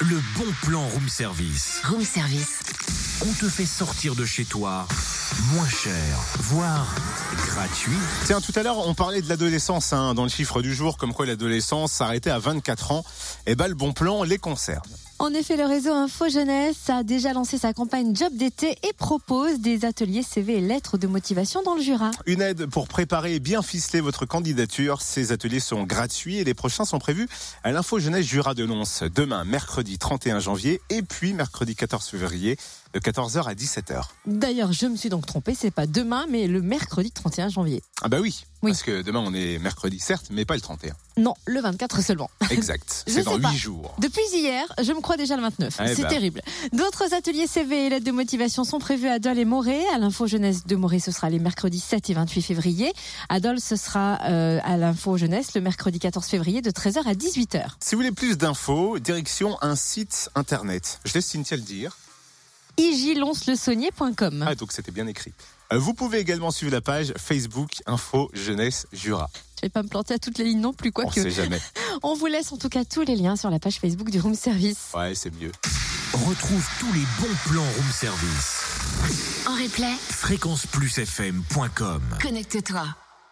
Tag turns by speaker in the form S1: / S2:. S1: Le bon plan room service.
S2: Room service.
S1: On te fait sortir de chez toi moins cher, voire gratuit.
S3: Tiens, tout à l'heure, on parlait de l'adolescence hein, dans le chiffre du jour, comme quoi l'adolescence s'arrêtait à 24 ans. Et ben, le bon plan les concerne.
S4: En effet, le réseau Info Jeunesse a déjà lancé sa campagne Job d'été et propose des ateliers CV et lettres de motivation dans le Jura.
S3: Une aide pour préparer et bien ficeler votre candidature. Ces ateliers sont gratuits et les prochains sont prévus à l'Info Jeunesse Jura de Lons demain, mercredi 31 janvier et puis mercredi 14 février de 14h à 17h.
S4: D'ailleurs, je me suis donc trompée, c'est pas demain, mais le mercredi 31 janvier.
S3: Ah bah oui,
S4: Oui.
S3: parce que demain on est mercredi certes, mais pas le 31.
S4: Non, le 24 seulement.
S3: Exact,
S4: Je
S3: c'est dans
S4: sais pas.
S3: 8 jours.
S4: Depuis hier, je me crois déjà le 29.
S3: Eh
S4: c'est
S3: ben.
S4: terrible. D'autres ateliers CV et lettres de motivation sont prévus à Dole et Morée. À l'info jeunesse de Morée, ce sera les mercredis 7 et 28 février. À Dole, ce sera euh, à l'info jeunesse le mercredi 14 février de 13h à 18h.
S3: Si vous voulez plus d'infos, direction un site internet. Je laisse Cynthia le dire.
S4: igilonslesaunier.com.
S3: Ah, donc c'était bien écrit. Euh, Vous pouvez également suivre la page Facebook Info Jeunesse Jura.
S4: Je vais pas me planter à toutes les lignes non plus,
S3: on
S4: quoique.
S3: sait jamais.
S4: On vous laisse en tout cas tous les liens sur la page Facebook du Room Service.
S3: Ouais, c'est mieux.
S1: Retrouve tous les bons plans room service.
S2: En replay,
S1: fréquenceplusfm.com
S2: connecte-toi.